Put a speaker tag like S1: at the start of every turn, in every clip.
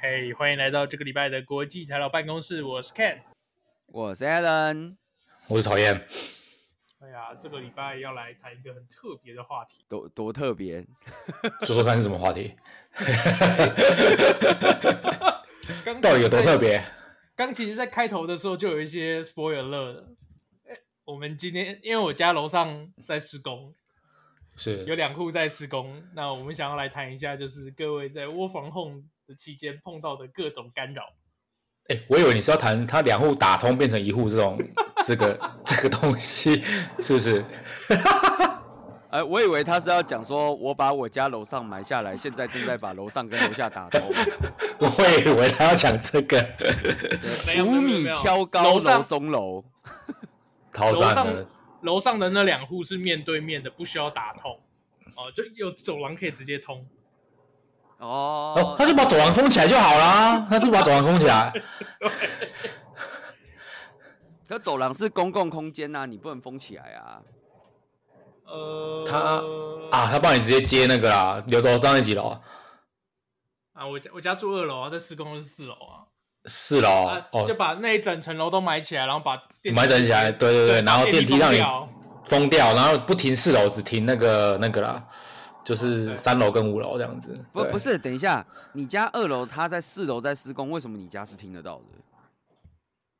S1: 嘿欢迎来到这个礼拜的国际台老办公室，我是 Ken。
S2: 我是 Alan，
S3: 我是讨厌，
S1: 哎呀，这个礼拜要来谈一个很特别的话题，
S2: 多多特别，
S3: 说说看是什么话题，
S1: 刚
S3: 到底有多特？别？
S1: 刚其实，在开头的时候就有一些 spoiler 了。哎我们今天因为我家楼上在施工，有
S3: 是
S1: 两户在施工，那我们想要来谈一下，就是各位在窝房 home 的期间碰到的各种干扰。
S3: 哎、我以为你是要谈他两户打通变成一户这种 这个这个东西，是不是？
S2: 哎、我以为他是要讲说，我把我家楼上买下来，现在正在把楼上跟楼下打通，
S3: 我以为他要讲这个，
S1: 没有
S2: 五米挑高，
S1: 没有没有没有
S2: 楼中楼，
S3: 逃
S1: 楼
S3: 散
S1: 上哦
S3: 了，
S1: 楼上的那两户是面对面的，不需要打通，哦，就有走廊可以直接通。
S3: 哦
S2: 哦，，
S3: 他就把走廊封起来就好啦，他是不是把走廊封起来，
S2: 可走廊是公共空间呐、你不能封起来啊。
S1: 呃，
S3: 他啊，他帮你直接接那个啦，刘楼上那几楼啊？
S1: 啊，我家我家住二楼啊，在施工的是四楼啊，
S3: 四楼、
S1: 啊，
S3: 哦，
S1: 就把那一整层楼都埋起来，然后把电梯
S3: 埋整起来，对对对，然后
S1: 把
S3: 电
S1: 电
S3: 梯让你
S1: 封掉
S3: 封掉，然后不停四楼，只停那个那个啦，就是三楼跟五楼这样子。
S2: 不，
S3: 对
S2: 不是，等一下，你家二楼，他在四楼在施工，为什么你家是听得到的？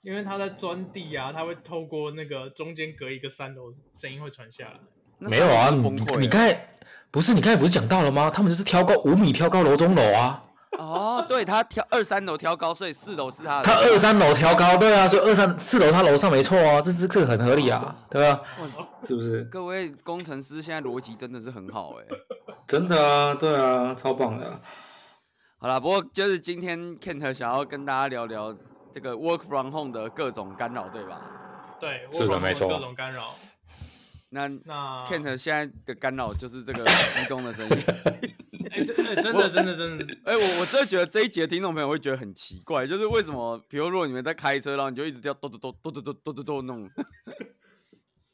S1: 因为他在钻地啊，他会透过那个中间隔一个三楼，声音会传下来。
S2: 那
S3: 没有啊，
S2: 上
S3: 你
S2: 面崩溃
S3: 你
S2: 了
S3: 刚才不是你刚才不是讲到了吗？他们就是挑高五米挑高楼中楼啊，
S2: 哦，对他挑二三楼挑高，所以四楼是他
S1: 啊
S2: 的。
S3: 他二三楼挑高，对啊，所以二三四楼他楼上没错啊，这这这个很合理啊，对吧、
S2: 哇
S3: 是不是？
S2: 各位工程师现在逻辑真的是很好哎、
S3: 真的啊，对啊，超棒的、
S2: 好啦，不过就是今天 Kent 想要跟大家聊聊这个 work from home 的各种干扰，对吧？
S1: 对，
S3: 是的
S1: 我防
S3: 没错
S1: 各种干扰。
S2: 那
S1: 那
S2: Kent 现在的干扰就是这个施工的声音。
S1: 哎、对对真的真的真的，
S2: 哎、我我真的觉得这一集的听众朋友会觉得很奇怪，就是为什么，比如如果你们在开车，然后你就一直叫嘟嘟嘟嘟嘟嘟嘟嘟嘟那种，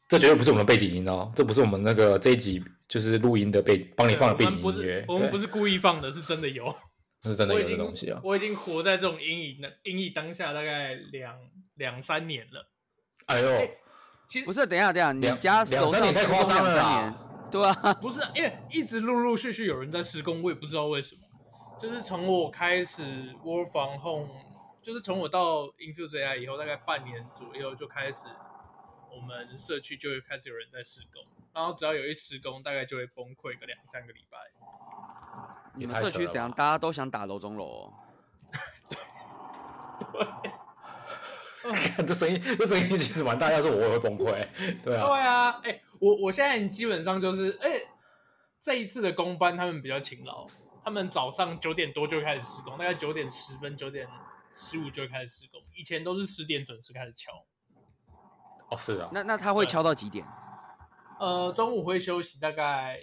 S3: 这绝对不是我们的背景音哦，这不是我们那个这一集就是录音的背帮你放的背景
S1: 我们不
S3: 音乐
S1: 是，我们不
S3: 是
S1: 是故意放的，是真的有。
S3: 是真的
S1: 我
S3: 有
S1: 已
S3: 这
S1: 经
S3: 东西啊。
S1: 我已经活在这种阴影的阴影当下大概两两三年了。
S3: 哎呦，
S1: 其实
S2: 不是？等一下，等一下，你
S3: 两
S2: 家
S3: 两
S2: 手上
S3: 三年太
S2: 施
S3: 夸
S2: 工两
S3: 张了
S2: 三年
S3: 啦，，
S2: 对啊，
S1: 不是，因为一直陆陆续续有人在施工，我也不知道为什么。就是从我开始 work from home，就是从我到 Infuse AI 以后，大概半年左右就开始，我们社区就会开始有人在施工，然后只要有一施工，大概就会崩溃个两三个礼拜。
S2: 你
S3: 也
S2: 们
S3: 太
S2: 社
S3: 扯
S2: 区
S3: 了
S2: 怎样？大家都想打楼中楼、哦。
S3: 看这声音，这声音其实蛮大，要是我我也会崩溃。对啊，
S1: 对啊，哎、我我现在基本上就是，哎、这一次的工班他们比较勤劳，他们早上九点多就开始施工，大概九点十分、九点十五就会开始施工，以前都是十点准时开始敲。
S3: 哦是啊，
S2: 那那他会
S1: 对
S2: 敲到几点？
S1: 呃，中午会休息大概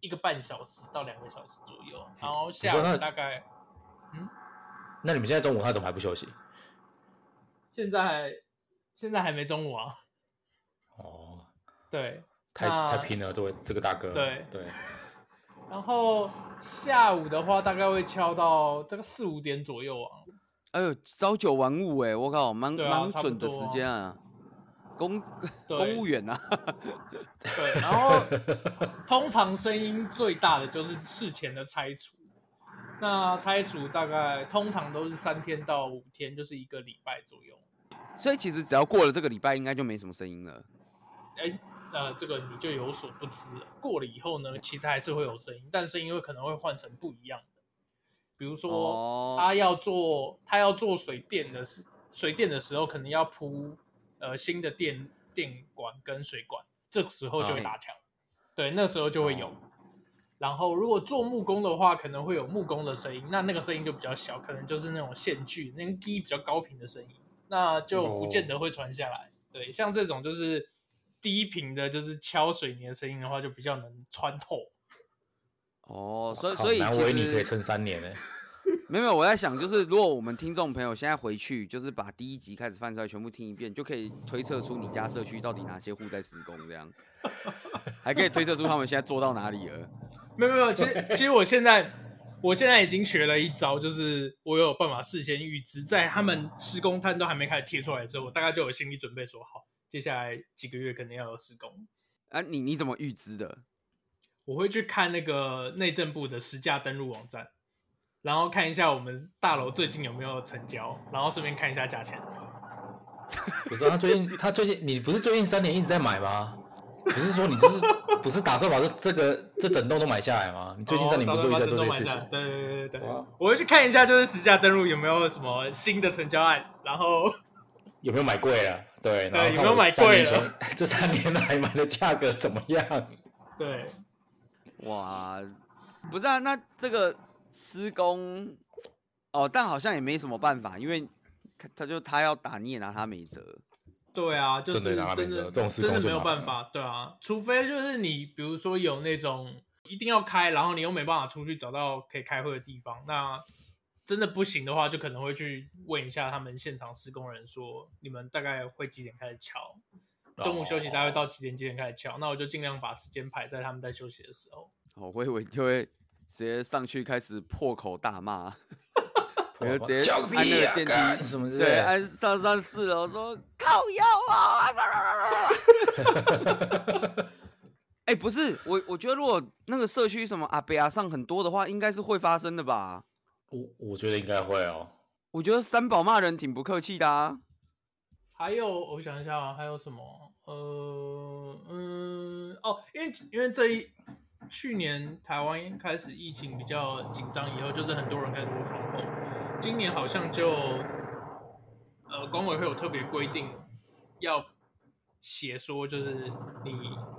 S1: 一个半小时到两个小时左右，然后下
S3: 你说
S1: 午
S3: 那
S1: 大概
S3: 那你们现在中午他怎么还不休息？
S1: 现在现在还没中午啊，
S3: 哦，
S1: 对，
S3: 太
S1: 那
S3: 太拼了，这位这个大哥。
S1: 对
S3: 对，
S1: 然后下午的话大概会敲到这个四五点左右啊，
S2: 哎呦，朝九晚五哎，我靠，蛮
S1: 对
S2: 蛮、
S1: 啊差不
S2: 准的
S1: 多
S2: 时
S1: 啊
S2: 间啊，公
S1: 对
S2: 公务员啊，
S1: 对，然后通常声音最大的就是事前的拆除，那拆除大概通常都是三天到五天，就是一个礼拜左右。
S2: 所以其实只要过了这个礼拜，应该就没什么声音了。
S1: 哎，那这个你就有所不知了。过了以后呢，其实还是会有声音，但声音会可能会换成不一样的，比如说
S2: 哦，
S1: 他要做他要做水电的时水电的时候，可能要铺呃新的电电管跟水管，这时候就会
S2: 哎
S1: 打墙。对，那时候就会有
S2: 哦。
S1: 然后如果做木工的话，可能会有木工的声音，那那个声音就比较小，可能就是那种线锯、那个低比较高频的声音，那就
S2: 哦
S1: 不见得会传下来。对，像这种就是低频的，就是敲水泥的声音的话，就比较能穿透。
S2: 哦，所以
S3: 靠
S2: 所以
S3: 难
S2: 其
S3: 为你可
S2: 实
S3: 以撑三 年呢。
S2: 没有没有，我在想，就是如果我们听众朋友现在回去，就是把第一集开始翻出来全部听一遍，就可以推测出你家社区到底哪些户在施工，这样，还可以推测出他们现在做到哪里了。
S1: 没有没有，其实其实我现在我现在已经学了一招，就是我有办法事先预知，在他们施工摊都还没开始贴出来的时候，我大概就有心理准备，说好接下来几个月肯定要有施工。
S2: 啊，你你怎么预知的？
S1: 我会去看那个内政部的实价登录网站，然后看一下我们大楼最近有没有成交，然后顺便看一下价钱。
S3: 我啊知道他最近，他最近，你不是最近三年一直在买吗？不是说你就是不是打算把这这个这整栋都买下来吗？你最近三年不是
S1: 哦
S3: 都
S1: 打
S3: 一直在
S1: 算
S3: 做
S1: 把这
S3: 这些事
S1: 些
S3: 情？
S1: 对对对对对
S3: 对啊，
S1: 我会去看一下，就是实价登录有没有什么新的成交案，然后
S3: 有没有买贵了？对，然后
S1: 对
S3: 看
S1: 有没有
S3: 我
S1: 买
S3: 三
S1: 贵
S3: 年前
S1: 了？
S3: 这三年来买的价格怎么 样？
S1: 对，
S2: 哇，不是啊，那这个施工哦，但好像也没什么办法，因为他他就他要打，你也拿他没辙。
S1: 对啊，就是
S3: 真
S1: 真
S3: 的拿
S1: 的
S3: 没辙这种施
S1: 真的
S3: 工就
S1: 没有
S3: 麻
S1: 办
S3: 烦
S1: 法，对啊，除非就是你比如说有那种一定要开，然后你又没办法出去找到可以开会的地方，那真的不行的话，就可能会去问一下他们现场施工人说，你们大概会几点开始敲？
S3: 哦
S1: 中午休息大概到几点？几点开始敲？那我就尽量把时间排在他们在休息的时候。
S2: 哦，我以为就会直接上去开始破口大骂，我就直接
S3: 叫个
S2: 按那
S3: 屁呀
S2: 个电
S3: 干
S2: 梯
S3: 什么之类
S2: 对，
S3: 的
S2: 按上上四楼说靠腰啊！哎、不是我，我觉得如果那个社区什么阿北阿上很多的话，应该是会发生的吧？
S3: 我我觉得应该会哦。
S2: 我觉得三宝骂人挺不客气的啊。
S1: 还有，我想一下、啊，还有什么？呃，嗯，哦，因为因为这一去年台湾开始疫情比较紧张以后，就是很多人开始入防控。今年好像就呃，管委会有特别规定要写说，就是你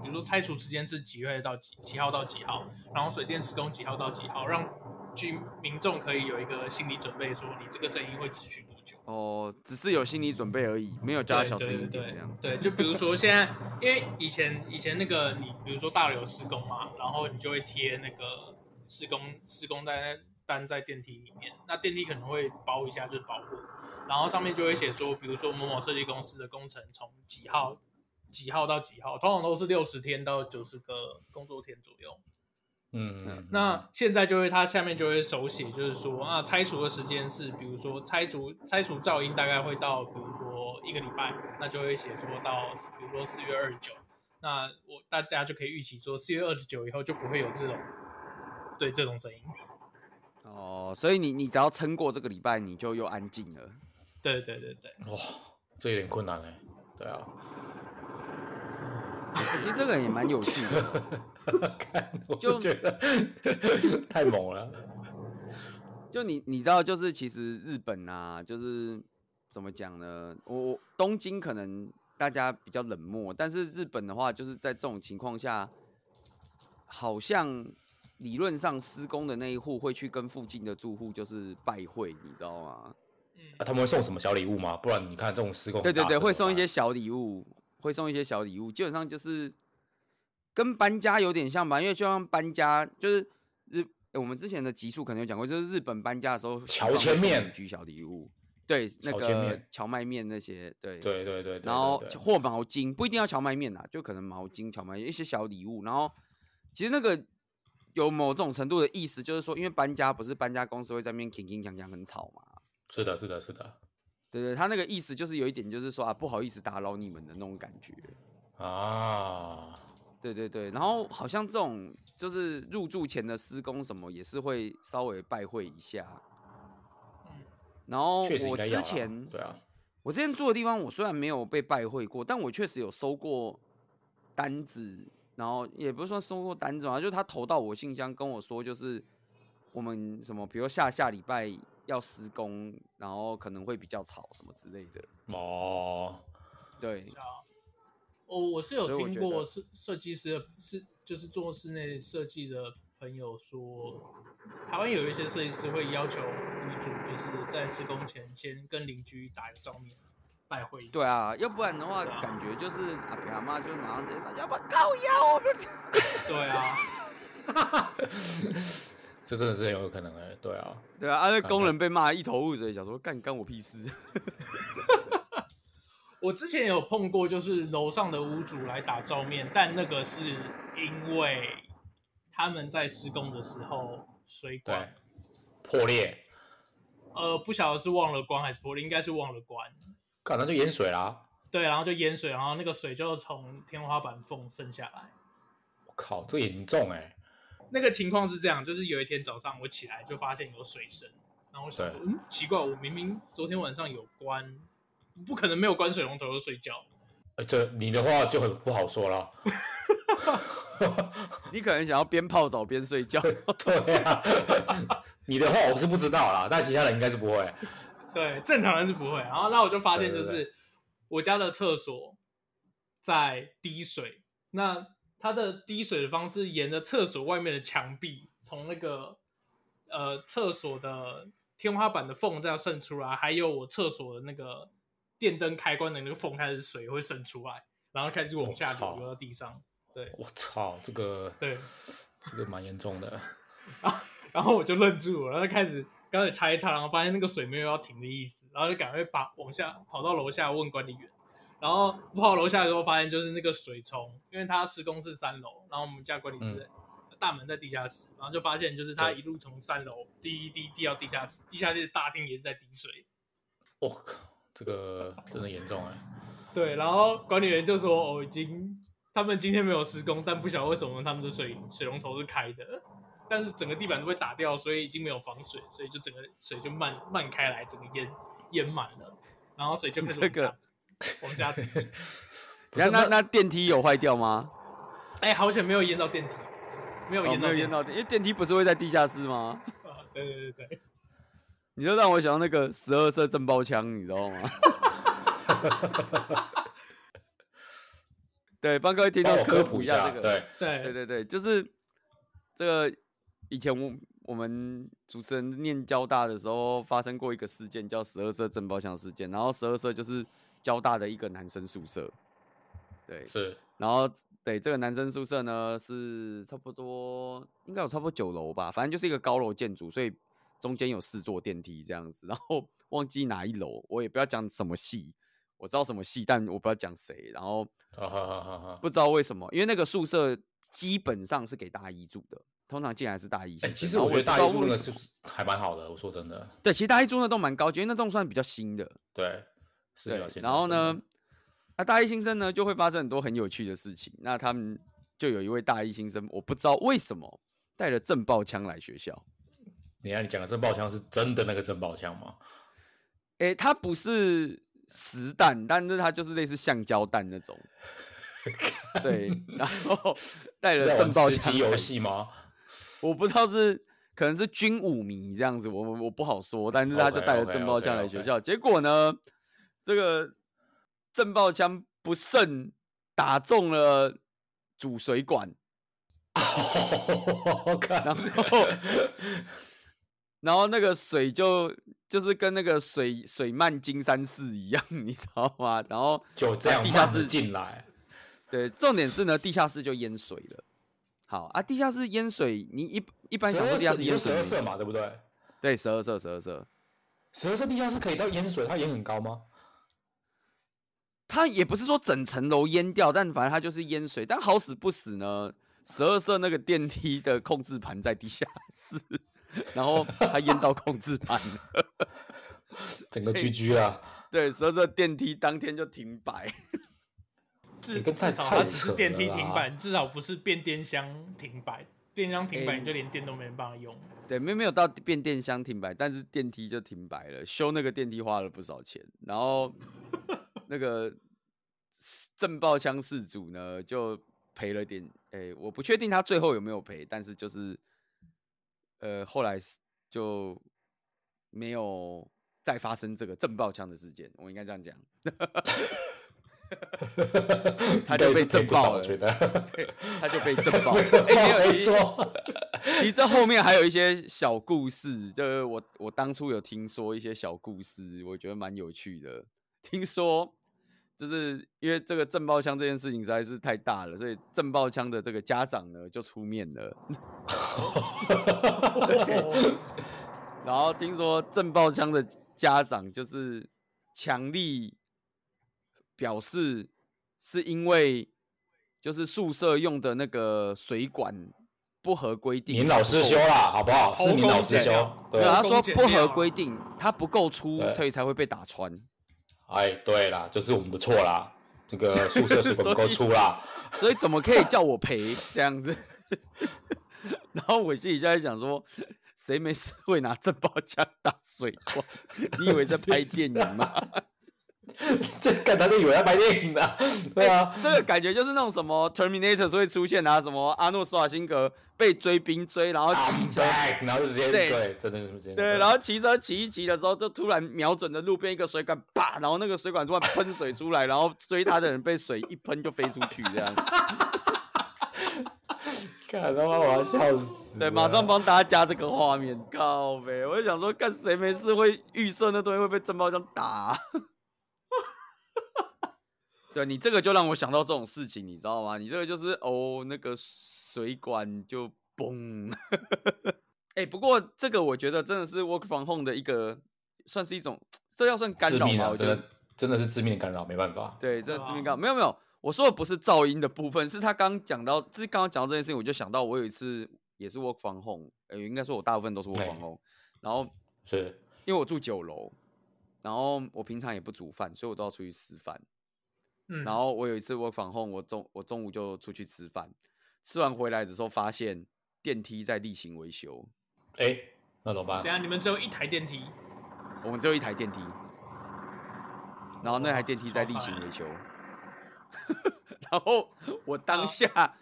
S1: 比如说拆除时间是几月到几几号到几号，然后水电施工几号到几号，让居民众可以有一个心理准备，说你这个声音会持续多久。
S2: 哦，只是有心理准备而已，没有叫他小声一
S1: 对
S2: 点这样。
S1: 对对对，就比如说现在，因为以前以前那个你，比如说大楼有施工嘛，然后你就会贴那个施工施工单单在电梯里面，那电梯可能会包一下就是保护，然后上面就会写说，比如说某某设计公司的工程从几号几号到几号，通常都是六十天到九十个工作天左右。
S3: 嗯，
S1: 那现在就会，它下面就会手写，就是说啊，拆除的时间是，比如说拆除拆除噪音大概会到，比如说一个礼拜，那就会写说到，比如说四月二十九，那我大家就可以预期说，四月二十九以后就不会有这种对这种声音。
S2: 哦，所以你你只要撑过这个礼拜，你就又安静了。
S1: 对对对对，
S3: 哇，这有点困难哎。对啊，
S2: 其实这个也蛮有趣的。
S3: 看我
S2: 就是
S3: 觉得 太猛了。
S2: 就你你知道，就是其实日本啊，就是怎么讲呢？我我东京可能大家比较冷漠，但是日本的话，就是在这种情况下，好像理论上施工的那一户会去跟附近的住户就是拜会，你知道吗？
S1: 嗯
S3: 啊他们会送什么小礼物吗？不然你看这种施工，
S2: 对对对，会送一些。小礼物，会送一些小礼物，基本上就是跟搬家有点像吧，因为就像搬家，就是日、诶我们之前的集数可能有讲过，就是日本搬家的时候，
S3: 乔
S2: 习惯会
S3: 迁
S2: 送
S3: 面
S2: 邻居小礼物，对，那
S3: 乔迁
S2: 个
S3: 面
S2: 荞麦面那些，对。
S3: 对对对对，对
S2: 然后
S3: 对对
S2: 或毛巾，不一定要荞麦面啦，就可能毛巾、荞麦面一些小礼物。然后其实那个有某种程度的意思，就是说，因为搬家不是搬家公司会在那边铿铿锵锵很吵嘛，
S3: 是的，是的，是的
S2: 对对，他那个意思就是有一点，就是说啊，不好意思打扰你们的那种感觉。
S3: 啊。
S2: 对对对，然后好像这种就是入住前的施工什么也是会稍微拜会一下。然后
S3: 确实应
S2: 我
S3: 该要
S2: 之
S3: 啦
S2: 前
S3: 对啊，
S2: 我之前住的地方，我虽然没有被拜会过，但我确实有收过单子，然后也不是说收过单子嘛，就是他投到我信箱跟我说，就是我们什么，比如下下礼拜要施工，然后可能会比较吵什么之类的。
S3: 哦，
S2: 对，
S1: 哦，我是有
S2: 所以我
S1: 听
S2: 觉
S1: 过
S2: 得
S1: 设设计师的是就是做室内设计的朋友说，台湾有一些设计师会要求屋主就是在施工前先跟邻居打个照面，拜会一下。
S2: 对啊，要不然的话，感觉就是阿北阿妈就马上直接上去，要不然靠腰，我啊们
S1: 对啊，
S3: 这真的是很有可能哎。对啊，
S2: 对啊，啊那工人被骂得一头雾水，想说干干我屁事。
S1: 我之前有碰过，就是楼上的屋主来打照面，但那个是因为他们在施工的时候水
S3: 对
S1: 管
S3: 破裂，
S1: 呃，不晓得是忘了关还是玻璃，应该是忘了关。
S3: 干那就淹水啦！
S1: 对，然后就淹水，然后那个水就从天花板缝渗下来。
S3: 我靠，这严重哎、
S1: 那个情况是这样，就是有一天早上我起来就发现有水声，然后我想说，
S3: 对
S1: 嗯，奇怪，我明明昨天晚上有关，不可能没有关水龙头就睡觉。
S3: 呃这你的话就很不好说了。
S2: 你可能想要边泡澡边睡 觉，
S3: 对啊， 你的话我是不知道啦，但其他人应该是不会。
S1: 对，正常人是不会。然后那我就发现，就
S3: 对对
S1: 是我家的厕所在滴水，那它的滴水的方式沿着厕所外面的墙壁，从那个呃厕所的天花板的缝这样渗出来，还有我厕所的那个电灯开关的那个缝开始水会渗出来，然后开始往下
S3: 我
S1: 流
S3: 操
S1: 流到地上。对
S3: 我操，这个
S1: 对，
S3: 这个蛮严重的。
S1: 然后我就愣住了，然后开始刚才擦一擦，然后发现那个水没有要停的意思，然后就赶快把往下跑到楼下问管理员。然后我跑楼下之后，发现就是那个水冲，因为它施工是三楼，然后我们家管理室、大门在地下室，然后就发现就是它
S3: 对
S1: 一路从三楼滴滴滴到地下室，地下室大厅也是在滴水。
S3: 我靠，，Oh，这个真的严 重哎、
S1: 对，然后管理员就说：“哦，已经他们今天没有施工，但不晓得为什么他们的水水龙头是开的，但是整个地板都被打掉，所以已经没有防水，所以就整个水就漫漫开来，整个淹淹满了，然后水就开始往
S2: 这个
S1: 下往下滴。
S2: 那那那电梯有坏掉吗？
S1: 哎，好险没有淹到电梯，没有
S2: 哦
S1: 淹
S2: 没
S1: 到
S2: 有淹
S1: 电梯。
S2: 到电，因为电梯不是会在地下室吗？
S1: 啊对对对对，
S2: 你就让我想到那个十二色震爆枪，你知道吗？ 对，帮各位听
S3: 帮
S2: 众
S3: ，Oh，我科
S2: 普
S3: 普
S2: 一
S3: 一
S2: 下
S3: 下，
S2: 这个。
S3: 对，
S1: 对
S2: 对对对，就是这个以前我我们主持人念交大的时候发生过一个事件，叫十二社震爆枪事件。然后十二社就是交大的一个男生宿舍，对，
S3: 是
S2: 然后对这个男生宿舍呢是差不多应该有差不多九楼吧，反正就是一个高楼建筑，所以中间有四座电梯这样子。然后 忘记哪一楼，我也不要讲什么系，我知道什么系，但我不要讲谁。然后
S3: 啊哈哈哈哈。
S2: 不知道为什么，因为那个宿舍基本上是给大一住的，通常进来是大一宿舍。
S3: 哎、其实
S2: 然后
S3: 我
S2: 我也
S3: 觉得
S2: 不
S3: 大
S2: 知道
S3: 一住那
S2: 为
S3: 个
S2: 什
S3: 是
S2: 么
S3: 还蛮好的，我说真的，
S2: 对，其实大一住那栋蛮高级，因为那栋算比较新的。
S3: 对，是
S2: 对
S3: 有些，
S2: 然后
S3: 真的
S2: 呢，那大一新生呢就会发生很多很有趣的事情。那他们就有一位大一新生，我不知道为什么带了震爆枪来学校。
S3: 你看你讲的震爆枪是真的那个震爆枪吗？
S2: 诶，他不是实弹，但是他就是类似橡胶弹那 种。对，然后带
S3: 是
S2: 了
S3: 在
S2: 震
S3: 玩
S2: 爆
S3: 吃
S2: 枪
S3: 鸡游
S2: 来
S3: 戏吗？
S2: 我不知道是可能是军武迷这样子，我我我不好说，但是他就带了
S3: OK，OK，OK，OK
S2: 震爆枪来学校，结果呢，这个震爆枪不慎打中了主水管，
S3: 我看，
S2: 然后然后那个水就就是跟那个水水漫金山寺一样， 你知道吗？然后
S3: 就这
S2: 在
S3: 样
S2: 地下
S3: 慢地
S2: 室
S3: 进来，
S2: 对，重点是呢，地下室就淹水了。好啊，地下室淹水，你一一般想说地下室淹
S3: 十
S2: 水
S3: 二
S2: 没，
S3: 色嘛，对不对？
S2: 对，十二色，十二色，
S3: 十二色地下室可以到淹水，它淹很高吗？
S2: 它也不是说整层楼淹掉，但反正它就是淹水。但好死不死呢，十二色那个电梯的控制盘在地下室，然后它淹到控制盘了。
S3: 整个啊
S2: 所以
S3: GG 啦，
S2: 对，十二色电梯当天就停摆。
S1: 至
S3: 你跟太
S1: 至少
S3: 太
S1: 它只
S3: 扯
S1: 是
S3: 了
S1: 电梯停
S3: 啦
S1: 板，至少不是变电箱停摆。电箱停摆，
S2: 哎
S1: 你就连电都没办法 用。
S2: 对，没没有到变电箱停摆，但是电梯就停摆了。修那个电梯花了不少钱，然 后那个震爆枪事主呢就赔了点，哎、我不确定他最后有没有赔，但是就是呃后来是就没有再发生这个震爆枪的事件，我应该这样讲。他就被
S3: 应该是
S2: 震
S3: 赔不少
S2: 爆
S3: 我
S2: 了
S3: 觉得
S2: 对，他就被震 爆了。哎、没有
S3: 没
S2: 其实
S3: 错，
S2: 其实这后面还有一些小故事，就是我我当初有听说一些小故事，我觉得蛮有趣的。听说就是因为这个震爆枪这件事情实在是太大了，所以震爆枪的这个家长呢就出面了。
S1: 嗯
S2: 然后听说震爆枪的家长就是强力表示，是因为就是宿舍用的那个水管不合规 定，
S3: 您老实修啦，好不好？
S1: 偷
S3: 是您
S1: 工
S3: 老实
S1: 减
S3: 修
S1: 料。
S2: 对
S3: 对，
S2: 啊，他
S1: 偷
S2: 说
S1: 工减
S2: 不合
S1: 料
S2: 规定，它不够粗，
S3: 对
S2: 所以才会被打穿。
S3: 哎，对啦，就是我们的错啦。这个宿舍水管不
S2: 所
S3: 够
S2: 以
S3: 粗啦，
S2: 所以怎么可以叫我赔这样子？ 然后我心里就在想说，谁没事会拿震爆枪打水管？你以为在拍电影吗？
S3: 这干他就以为在拍电影 呢。对啊，
S2: 这个感觉就是那种什么 Terminator 会出现啊，什么阿诺·施瓦辛格被追兵追，然后骑
S3: I'm
S2: 车，
S3: back，然后就直接
S2: 对
S3: 对，真的是直接
S2: 对，然后骑车骑一骑的时候，就突然瞄准了路边一个水管，啪，然后那个水管突然喷水出来，然后追他的人被水一喷就飞出去，这样，
S3: 干他妈我要笑死了！
S2: 对，马上帮大家加这个画面，靠呗！我就想说，看谁没事会预设那东西会被震爆枪打 啊、对你这个就让我想到这种事情，你知道吗？你这个就是哦，那个水管就嘣。 哎、不过这个我觉得真的是 work from home 的一个，算是一种，这要算干
S3: 致
S2: 扰
S3: 命
S2: 吗？
S3: 啊，
S2: 我觉
S3: 真
S2: 得
S3: 的真的是致命的干扰，没办法。
S2: 对，这
S1: 对
S2: 致
S1: 啊
S2: 命干扰没有没有，我说的不是噪音的部分，是他刚讲到，就是刚刚讲到这件事情，我就想到我有一次也是 work from home，呃，应该说我大部分都是 work
S3: 哎
S2: from home，然后
S3: 是，
S2: 因为我住九楼，然后我平常也不煮饭，所以我都要出去吃饭。
S1: 嗯，
S2: 然后我有一次 work from home，我中我中午就出去吃饭，吃完回来的时候发现电梯在例行维修，
S3: 哎，那怎么
S1: 等
S3: 办
S1: 一？下你们只有一台电梯，
S2: 我们只有一台电梯，然后那台电梯在例行
S1: 哇
S2: 维修， 然后我当下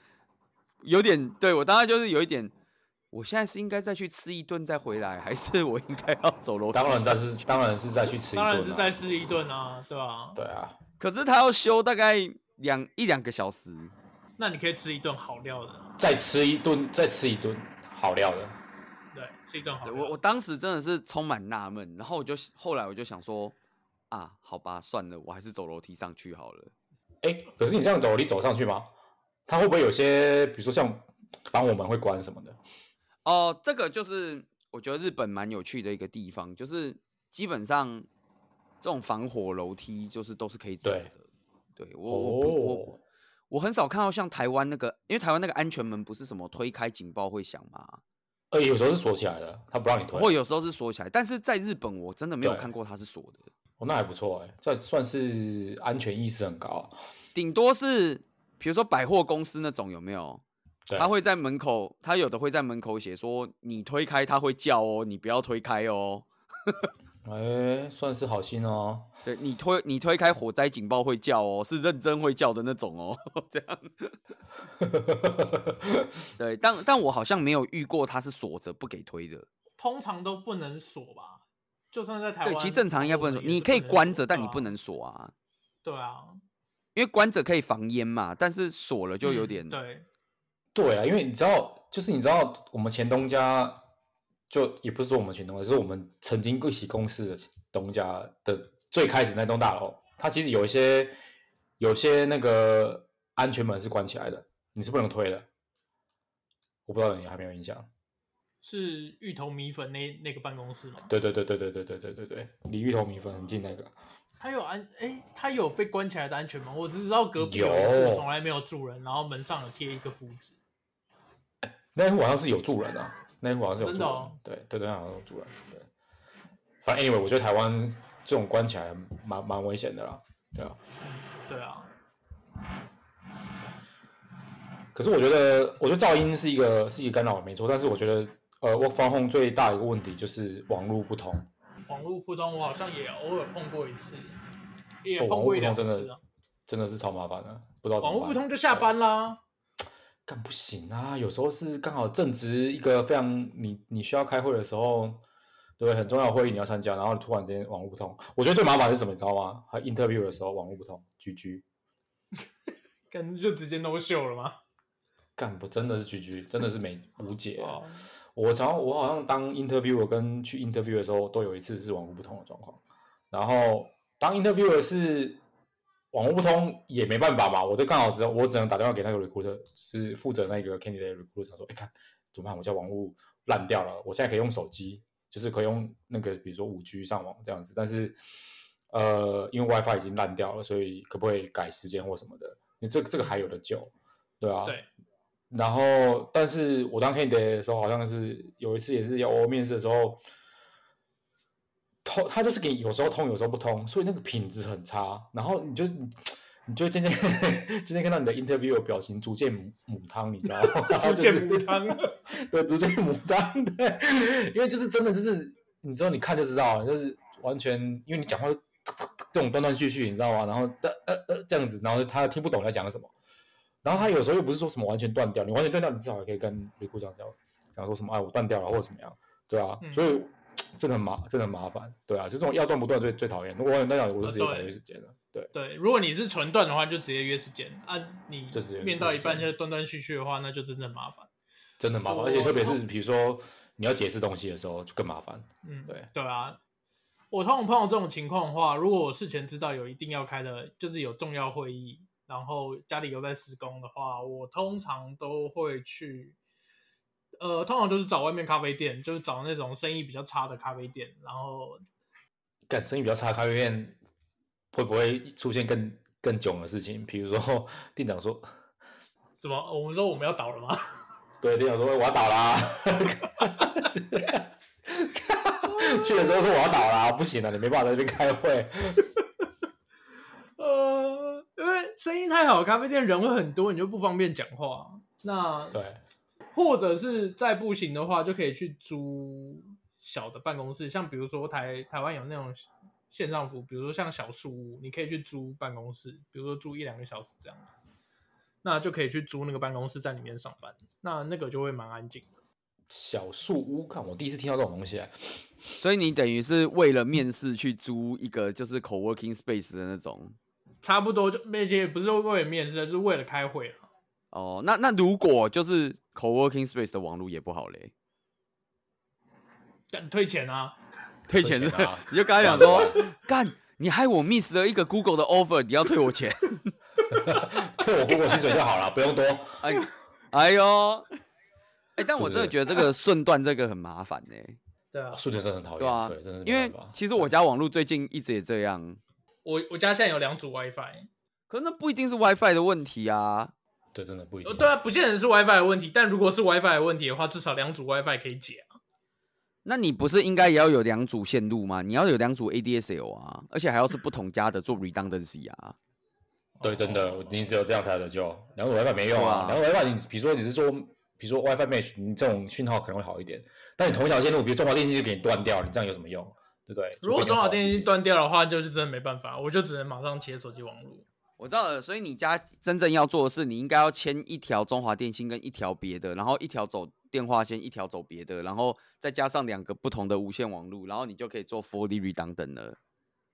S2: 有点，对我当下就是有一点，我现在是应该再去吃一顿再回来，还是我应该要走楼梯？
S3: 当然再是当然是再去吃一顿
S1: 当
S3: 啊，
S1: 然是再吃一顿啊，对吧、
S3: 对啊，
S2: 可是他要修大概两一两个小时，
S1: 那你可以吃一顿好料的，啊
S3: 再吃一顿，再吃一顿好料的。
S1: 对，吃一顿好
S2: 对
S1: 料。
S2: 我我当时真的是充满纳闷，然后我就后来我就想说啊，好吧，算了，我还是走楼梯上去好了。
S3: 哎，可是你这样走，你走上去吗？它会不会有些，比如说像防火门会关什么的？
S2: 哦，这个就是我觉得日本蛮有趣的一个地方，就是基本上这种防火楼梯就是都是可以走
S3: 对
S2: 的。对我我不我
S3: 哦
S2: 我很少看到像台湾那个，因为台湾那个安全门不是什么推开警报会响嘛，
S3: 呃，有时候是锁起来的，它不让你推。
S2: 或有时候是锁起来，但是在日本我真的没有
S3: 对
S2: 看过它是锁的，
S3: 哦，那还不错哎、这算是安全意识很高啊。
S2: 顶多是比如说百货公司那种有没有？
S3: 对
S2: 他会在门口，他有的会在门口写说你推开它会叫哦，你不要推开哦。
S3: 哎、算是好心哦。
S2: 对你推你推开火灾警报会叫哦，是认真会叫的那种哦， 这样。对，但但我好像没有遇过它是锁着不给推的。
S1: 通常都不能锁吧，就算在台湾，
S2: 对，其实正常应该不能
S1: 我们
S2: 锁，
S1: 也是
S2: 你可以关着，但你
S1: 对啊
S2: 不能锁啊，
S1: 对啊，
S2: 因为关着可以防烟嘛，但是锁了就有
S1: 嗯
S2: 点。
S1: 对，
S3: 对啊，因为你知道，就是你知道，我们前东家就也不是说我们前东家，就是我们曾经一起公司的东家的最开始那栋大楼，它其实有一些有些那个安全门是关起来的，你是不能推的。我不知道你还没有印象？
S1: 是芋头米粉那那个办公室嘛，
S3: 对对对对对对对对对对，离芋头米粉很近那个。
S1: 他有安哎，他有被关起来的安全门，我只知道隔壁
S3: 有
S1: 一户从来没有住人，然后门上有贴一个符纸，
S3: 那一户好像是有住人啊，那一户好像是有
S1: 真
S3: 住人，
S1: 的哦
S3: 对对对，好像有住人。对，反正 anyway，我觉得台湾这种关起来蛮蛮危险的啦，对啊。
S1: 对啊，
S3: 可是我觉得，我觉得噪音是一个是一个干扰，没错。但是我觉得，呃，work from home 最大的一个问题就是网络不通。
S1: 网络互通我好像也偶尔碰过一次，也
S3: 哦
S1: 碰
S3: 网
S1: 过
S3: 络
S1: 一
S3: 不
S1: 两
S3: 通真
S1: 次啊
S3: 的。真的是超麻烦的，不知道怎么
S1: 网络
S3: 办
S1: 不通就下班啦，
S3: 干不行啊！有时候是刚好正值一个非常你你需要开会的时候，对，很重要的会议你要参加，然后你突然之间网络不通，我觉得最麻烦的是什么，你知道吗？还 interview 的时候网络不通，GG，
S1: 跟就直接 no show 了吗？
S3: 干不真的是 GG，真的是没无解、啊
S1: 哦。
S3: 我常我好像当 interviewer 跟去 interview 的时候，都有一次是网络不通的状况。然后当 interviewer 是网络不通也没办法嘛，我就刚好只能我只能打电话给那个 recruiter，就是负责那个 candidate recruiter，说，哎，看怎么办？我家网络烂掉了，我现在可以用手机，就是可以用那个比如说五 G 上网这样子，但是呃，因为 WiFi 已经烂掉了，所以可不可以改时间或什么的？你这个这个还有的救，对啊，
S1: 对，
S3: 然后，但是我当 head 的时候，好像是有一次也是要我面试的时候，通他就是给你有时候通，有时候不通，所以那个品质很差。然后你就你就渐渐 渐渐看到你的 interview 的表情逐渐母母汤，你知道吗？ 然后
S1: 逐
S3: 就是
S1: 渐母汤，
S3: 对，逐渐母汤， 对，因为就是真的就是，你知道你看就知道了，就是完全因为你讲话就这种断断续续，你知道吗？然后呃呃呃这样子，然后他听不懂你在讲什么，然后他有时候又不是说什么完全断掉，你完全断掉，你至少也可以跟旅库讲讲讲说什么，哎，我断掉了或者怎么样，对啊，
S1: 嗯
S3: 所以这个很麻，真的很麻烦，对啊，就这种要断不断最最讨厌，如果完全断掉，我就直接
S1: 啊
S3: 考
S1: 对
S3: 虑时间了，对。
S1: 对，如果你是纯断的话，就直接约时间啊。你
S3: 就直接
S1: 面到一半
S3: 约时
S1: 就断断续续的话，那就真的麻烦。
S3: 真的麻烦，
S1: 我
S3: 而且特别是比如说你要解释东西的时候就更麻烦。
S1: 嗯，
S3: 对
S1: 对啊。我通常碰到这种情况的话，如果我事前知道有一定要开的，就是有重要会议，然后家里又在施工的话，我通常都会去，呃，通常就是找外面咖啡店，就是找那种生意比较差的咖啡店，然后
S3: 干生意比较差的咖啡店，会不会出现更更囧的事情？比如说店长说，
S1: 什么，我们说我们要倒了吗？
S3: 对，店长说、哎我要倒啦， 去的时候说我要倒啦，不行了，你没办法在这边开会。
S1: 呃，因为生意太好，咖啡店人会很多，你就不方便讲话。那
S3: 对，
S1: 或者是再不行的话，就可以去租小的办公室，像比如说台台湾有那种线上服务，比如说像小树屋，你可以去租办公室，比如说租一两个小时这样子，那就可以去租那个办公室在里面上班，那那个就会蛮安静的。
S3: 小树屋，看我第一次听到这种东西，啊
S2: 所以你等于是为了面试去租一个就是 co-working space 的那种。
S1: 差不多就那些不是为了面试，就是为了开会了。
S2: 哦，那那如果就是 co-working space 的网络也不好嘞，
S1: 但退钱啊，
S2: 退钱
S3: 退
S2: 的
S3: 钱啊，
S2: 你就跟他讲
S3: 不
S2: 说
S3: 然怎，
S2: 干，你害我 miss 了一个 Google 的 offer，你要退我钱。
S3: 退我 Google 薪水就好了，不用多。啊
S2: 哎，哎呦，哎，但我
S3: 是不是
S2: 真的觉得这 个顺断这个很麻烦呢、
S1: 对啊，
S3: 数学真的很讨厌，
S2: 对啊
S3: 对，真的是没
S2: 因为
S3: 办法
S2: 其实我家网络最近一直也这样，
S1: 我我家现在有两组 WiFi，
S2: 可是那不一定是 WiFi 的问题啊。
S3: 对真的不一
S1: 呃
S3: 定。
S1: 对啊，不见得是 WiFi 的问题，但如果是 WiFi 的问题的话，至少两组 WiFi 可以解啊。
S2: 那你不是应该也要有两组线路吗？你要有两组 ADSL 啊，而且还要是不同家的做 redundancy 啊。
S3: 对，真
S1: 哦
S3: 的，我你只有这样才有得救。两个 WiFi 没用啊，
S2: 对
S3: 两个 WiFi 你比如说你是说，比如说 WiFi mesh，你这种讯号可能会好一点，但你同一条线路，比如中华电信就给你断掉，你这样有什么用？对不对？
S1: 如果
S3: 除非
S1: 中华
S3: 你有好
S1: 电
S3: 的
S1: 信
S3: 机，
S1: 断掉的话，就是真的没办法，我就只能马上切手机网络。
S2: 我知道了，所以你家真正要做的是，你应该要签一条中华电信跟一条别的，然后一条走电话线，一条走别的，然后再加上两个不同的无线网路，然后你就可以做 fully redundant 了。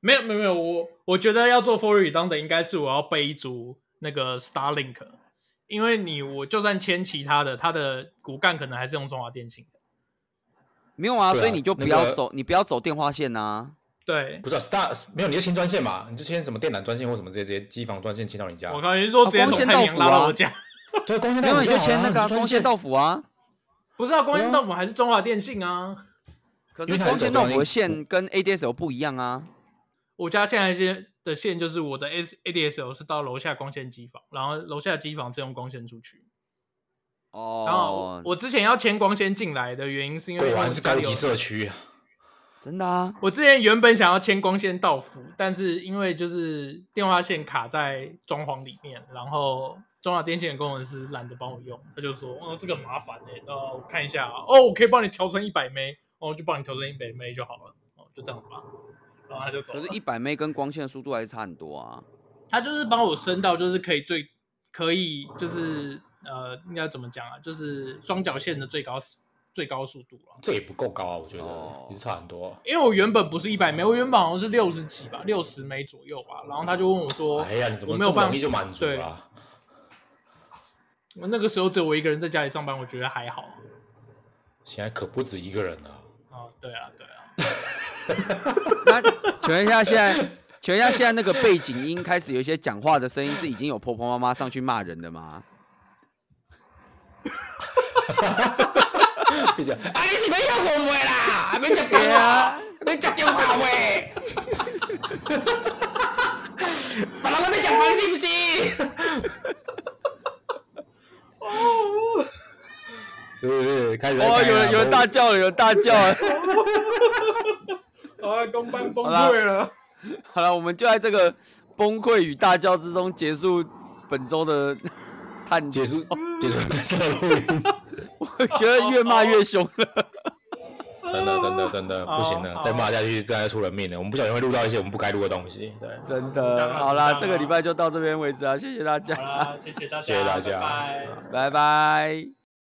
S1: 没有没有没有，我我觉得要做 for r e 当的应该是我要备一组那个 Starlink，因为你我就算签其他的，它的骨干可能还是用中华电信的。
S2: 没有啊，
S3: 对啊
S2: 所以你就不
S3: 那
S2: 要
S3: 个
S2: 走，你不要走电话线啊。
S1: 对，
S3: 不是、啊、Star 没有，你就签专线嘛，你就签什么电缆专线或什么这些机房专线签到你家。
S1: 我刚才说直接
S2: 哦光
S1: 从
S2: 纤
S1: 太
S2: 到
S1: 阳
S2: 府
S1: 拉到
S2: 啊
S1: 我家，
S3: 对，光纤
S2: 没
S3: 到
S2: 有，你
S3: 你
S2: 就
S3: 家
S2: 签
S3: 好
S2: 那
S3: 啊
S2: 个啊
S3: 你就
S2: 光纤到府啊。
S1: 不是啊，光
S3: 对
S1: 纤
S2: 嗯
S3: 啊
S1: 到府还是中华电信啊。
S2: 可
S3: 因
S2: 是
S3: 为它
S2: 光
S3: 是
S2: 纤
S3: 走
S2: 到
S3: 电
S2: 府的
S3: 信
S2: 线跟 ADSL 不一样啊。
S1: 我家现在些的线就是我的 A A D S L 是到楼下光纤机房，然后楼下机房是用光纤出去。然后
S2: 哦
S1: 我，我之前要牵光纤进来的原因是因为
S3: 果
S1: 我
S3: 啊然是
S1: 家
S3: 高
S1: 里
S3: 级
S1: 有
S3: 社区啊，
S2: 真的啊。
S1: 我之前原本想要牵光纤到府，但是因为就是电话线卡在装潢里面，然后中华电信的工程师懒得帮我用，他就说：“哦，这个很麻烦哎、欸，那我看一下啊，哦，我可以帮你调成一百枚，哦，就帮你调成一百枚就好了，哦，就这样子吧。”然后他就走
S2: 可
S1: 了
S2: 是，。一百 m 跟光线的速度还是差很多啊。
S1: 他就是帮我升到就是可以最可以就是呃，应该怎么讲啊？就是双绞线的最高最高速度了。
S3: 这也不够高啊，我觉得
S2: 哦
S3: 也是差很多啊、
S1: 因为我原本不是一百枚，我原本好像是六十几吧，六十枚左右吧。然后他就问我说：“
S3: 哎呀，你怎么
S1: 我
S3: 这
S1: 没有
S3: 么
S1: 办
S3: 容易
S1: 法？
S3: 就满足啊
S1: 对
S3: 了、
S1: 我那个时候只有我一个人在家里上班，我觉得还好。
S3: 现在可不止一个人了、
S1: 哦，对啊，对啊，
S2: 那请问一下，现在请问一下，现在那个背景音开始有一些讲话的声音，是已经有婆婆妈妈上去骂人的吗？
S3: 啊。毕竟，哎，你是没要我们啦，还没讲
S2: 对啊，
S3: 你食中头诶，别人要你食饭是不是？
S1: 哦
S3: 开始在
S2: 哦，
S3: 看
S2: 有
S3: 了
S2: 人有人大叫了，有人大叫了。
S1: 啊，公办崩
S2: 好啦
S1: 溃了。
S2: 好了，我们就在这个崩溃与大叫之中结束本周的探
S3: 结
S2: 究。
S3: 束结束这个录音，
S2: 我 觉得越骂越凶了。
S3: 真的真的真的不行了
S1: 好，
S3: 再骂下去真的要出人命了。我们不小心会录到一些我们不该录的东西，对。
S2: 真
S1: 当然
S2: 的，好
S1: 当
S2: 啦，
S1: 然
S2: 这个礼拜就到这边为止啊，谢谢大家，
S1: 好啦，谢谢大家，
S3: 谢谢大家
S1: 拜拜。
S2: 拜拜。